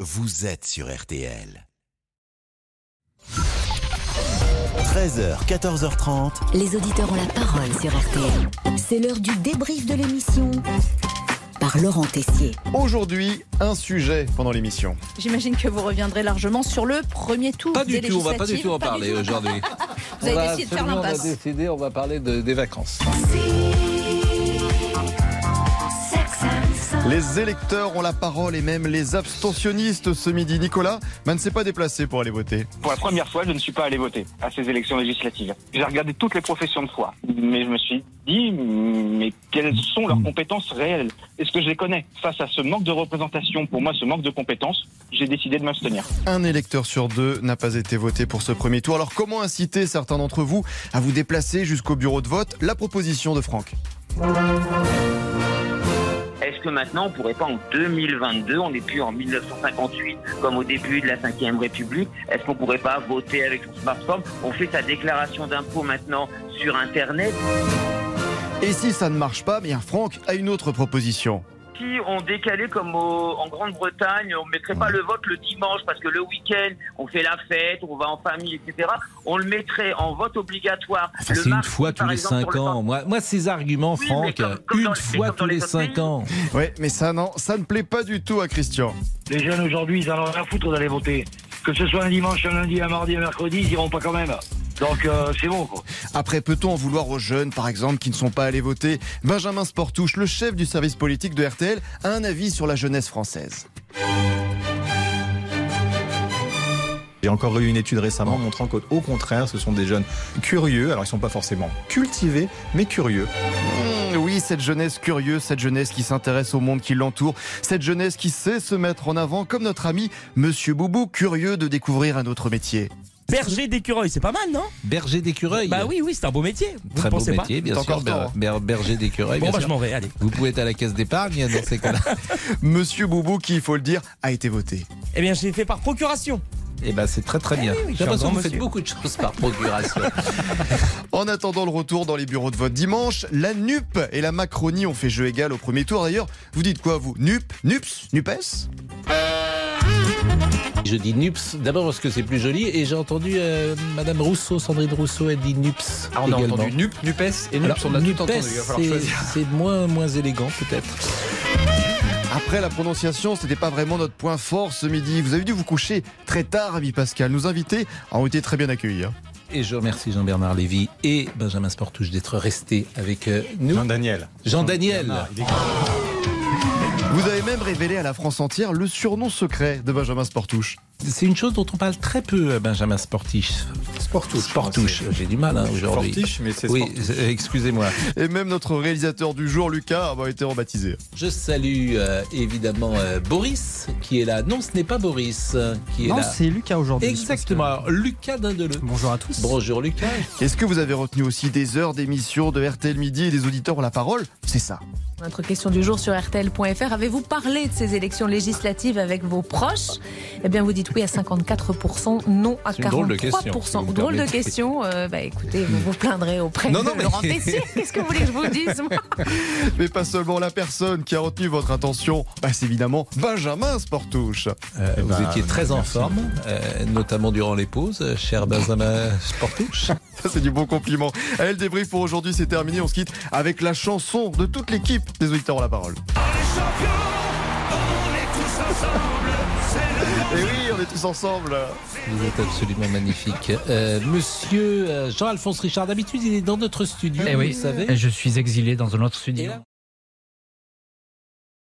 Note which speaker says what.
Speaker 1: vous êtes sur RTL. 13h, 14h30.
Speaker 2: Les auditeurs ont la parole sur RTL. C'est l'heure du débrief de l'émission par Laurent Tessier.
Speaker 3: Aujourd'hui, un sujet pendant l'émission.
Speaker 4: J'imagine que vous reviendrez largement sur le premier tour.
Speaker 5: Pas du
Speaker 4: des
Speaker 5: tout, on va pas du
Speaker 4: législatives.
Speaker 5: tout en
Speaker 4: Pas
Speaker 5: parler
Speaker 4: du
Speaker 5: euh,
Speaker 4: tout.
Speaker 5: aujourd'hui.
Speaker 4: Vous avez décidé de faire
Speaker 6: absolument, On a
Speaker 4: l'impasse.
Speaker 6: décidé, on va parler de- des vacances.
Speaker 3: Les électeurs ont la parole et même les abstentionnistes ce midi. Nicolas ben, ne s'est pas déplacé pour aller voter.
Speaker 7: Pour la première fois, je ne suis pas allé voter à ces élections législatives. J'ai regardé toutes les professions de foi, mais je me suis dit, mais quelles sont leurs compétences réelles Est-ce que je les connais Face à ce manque de représentation, pour moi, ce manque de compétences, j'ai décidé de m'abstenir.
Speaker 3: Un électeur sur deux n'a pas été voté pour ce premier tour. Alors comment inciter certains d'entre vous à vous déplacer jusqu'au bureau de vote La proposition de Franck.
Speaker 8: Est-ce que maintenant, on pourrait pas en 2022, on n'est plus en 1958, comme au début de la Ve République, est-ce qu'on pourrait pas voter avec son smartphone On fait sa déclaration d'impôt maintenant sur Internet.
Speaker 3: Et si ça ne marche pas, bien Franck a une autre proposition.
Speaker 8: Si on décalait comme au- en Grande-Bretagne, on mettrait pas le vote le dimanche parce que le week-end, on fait la fête, on va en famille, etc. On le mettrait en vote obligatoire.
Speaker 5: Enfin,
Speaker 8: le
Speaker 5: Ah, c'est une
Speaker 8: mardi,
Speaker 5: fois tous
Speaker 8: par
Speaker 5: les
Speaker 8: exemple, sur
Speaker 5: cinq
Speaker 8: le
Speaker 5: ans. Moi, moi, ces arguments,
Speaker 8: Oui,
Speaker 5: Franck,
Speaker 8: mais comme- comme dans
Speaker 5: une
Speaker 8: les-
Speaker 5: fois
Speaker 8: comme dans
Speaker 5: tous les
Speaker 8: les autres
Speaker 5: cinq
Speaker 8: pays.
Speaker 5: ans.
Speaker 3: Ouais, mais ça non, ça ne plaît pas du tout à Christian.
Speaker 9: Les jeunes aujourd'hui, ils en ont rien à foutre d'aller voter. Que ce soit un dimanche, un lundi, un mardi, un mercredi, ils iront pas quand même. Donc euh, c'est bon quoi.
Speaker 3: Après, peut-on en vouloir aux jeunes, par exemple, qui ne sont pas allés voter Benjamin Sportouche, le chef du service politique de RTL, a un avis sur la jeunesse française.
Speaker 10: J'ai encore eu une étude récemment montrant qu'au contraire, ce sont des jeunes curieux. Alors, ils ne sont pas forcément cultivés, mais curieux.
Speaker 3: Hmm, oui, cette jeunesse curieuse, cette jeunesse qui s'intéresse au monde qui l'entoure, cette jeunesse qui sait se mettre en avant, comme notre ami Monsieur Boubou, curieux de découvrir un autre métier.
Speaker 11: Berger d'écureuil, c'est pas mal, non
Speaker 5: Berger d'écureuil.
Speaker 11: Bah oui, oui, c'est un beau métier. Vous
Speaker 5: Très
Speaker 11: ne
Speaker 5: beau
Speaker 11: pensez
Speaker 5: métier, bien
Speaker 3: T'as
Speaker 5: sûr.
Speaker 3: encore le temps,
Speaker 5: ber- ber- berger d'écureuil,
Speaker 11: pas Bon,
Speaker 5: bien
Speaker 11: bah je
Speaker 5: sûr.
Speaker 11: m'en vais, allez.
Speaker 5: Vous pouvez être à la caisse d'épargne dans ces cas-là.
Speaker 3: Monsieur Boubou, qui, il faut le dire, a été voté.
Speaker 11: Eh bien, j'ai fait par procuration.
Speaker 5: Et ben c'est très très bien.
Speaker 11: oui, oui, je suis
Speaker 5: J'ai
Speaker 11: un
Speaker 5: l'impression que
Speaker 11: grand
Speaker 5: vous faites
Speaker 11: monsieur.
Speaker 5: beaucoup de choses par procuration.
Speaker 3: En attendant le retour dans les bureaux de vote dimanche, la NUP et la Macronie ont fait jeu égal au premier tour. D'ailleurs, vous dites quoi, vous NUP NUPS NUPES
Speaker 5: Je dis nups d'abord parce que c'est plus joli et j'ai entendu euh, Madame Rousseau, Sandrine Rousseau, elle dit nups
Speaker 6: Ah, on a
Speaker 5: également.
Speaker 6: entendu NUP, NUPES et NUPS,
Speaker 5: Alors,
Speaker 6: on a
Speaker 5: nupes,
Speaker 6: tout entendu. Il va falloir
Speaker 5: c'est-
Speaker 6: choisir.
Speaker 5: c'est moins moins élégant peut-être.
Speaker 3: Après la prononciation, c'était pas vraiment notre point fort ce midi. Vous avez dû vous coucher très tard, ami Pascal. Nos invités ont été très bien accueillis. hein.
Speaker 5: Et je remercie Jean-Bernard Lévy et Benjamin Sportouche d'être restés avec euh, nous.
Speaker 10: Jean-Daniel.
Speaker 5: Jean-Daniel.
Speaker 3: Vous avez même révélé à la France entière le surnom secret de Benjamin Sportouche.
Speaker 5: C'est une chose dont on parle très peu, euh, Benjamin Sportiche.
Speaker 10: Sportouche.
Speaker 5: Sportouche, j'ai du mal hein, aujourd'hui.
Speaker 10: Sportiche, mais c'est
Speaker 5: Oui,
Speaker 10: sportif.
Speaker 5: euh, excusez-moi.
Speaker 3: Et même notre réalisateur du jour, Lucas, a été rebaptisé.
Speaker 5: Je salue euh, évidemment euh, Boris qui est là. Non, ce n'est pas Boris euh, qui est là.
Speaker 11: Lucas aujourd'hui.
Speaker 5: Exactement. Alors, Lucas Dindeleu.
Speaker 11: Bonjour à tous.
Speaker 5: Bonjour Lucas.
Speaker 3: Est-ce que vous avez retenu aussi des heures d'émission de RTL Midi et des auditeurs ont la parole C'est ça.
Speaker 4: Notre question du jour sur RTL.fr. Avez-vous parlé de ces élections législatives avec vos proches Eh bien, vous dites oui à 54%, non à
Speaker 5: C'est une drôle de question,
Speaker 4: 43%.
Speaker 5: si vous me
Speaker 4: Drôle de
Speaker 5: permettez.
Speaker 4: question. Euh, bah, écoutez, vous vous plaindrez auprès
Speaker 5: Non,
Speaker 4: de
Speaker 5: non, mais-
Speaker 4: Laurent Tessier. Qu'est-ce que vous voulez que je vous dise moi
Speaker 3: Mais pas seulement la personne qui a retenu votre attention, bah, c'est évidemment Benjamin Sportouche.
Speaker 5: Euh, vous
Speaker 10: ben,
Speaker 5: étiez très en forme, euh, notamment durant les pauses, euh, cher Benjamin Sportouche.
Speaker 3: Ça, c'est du bon compliment. Allez, le débrief pour aujourd'hui, c'est terminé. On se quitte avec la chanson de toute l'équipe des auditeurs ont la parole. Et oui, on est tous ensemble.
Speaker 5: Vous êtes absolument magnifique. Euh, monsieur euh, Jean-Alphonse Richard, d'habitude, il est dans notre studio, vous le savez.
Speaker 11: Je suis exilé dans un autre studio.
Speaker 5: Et là-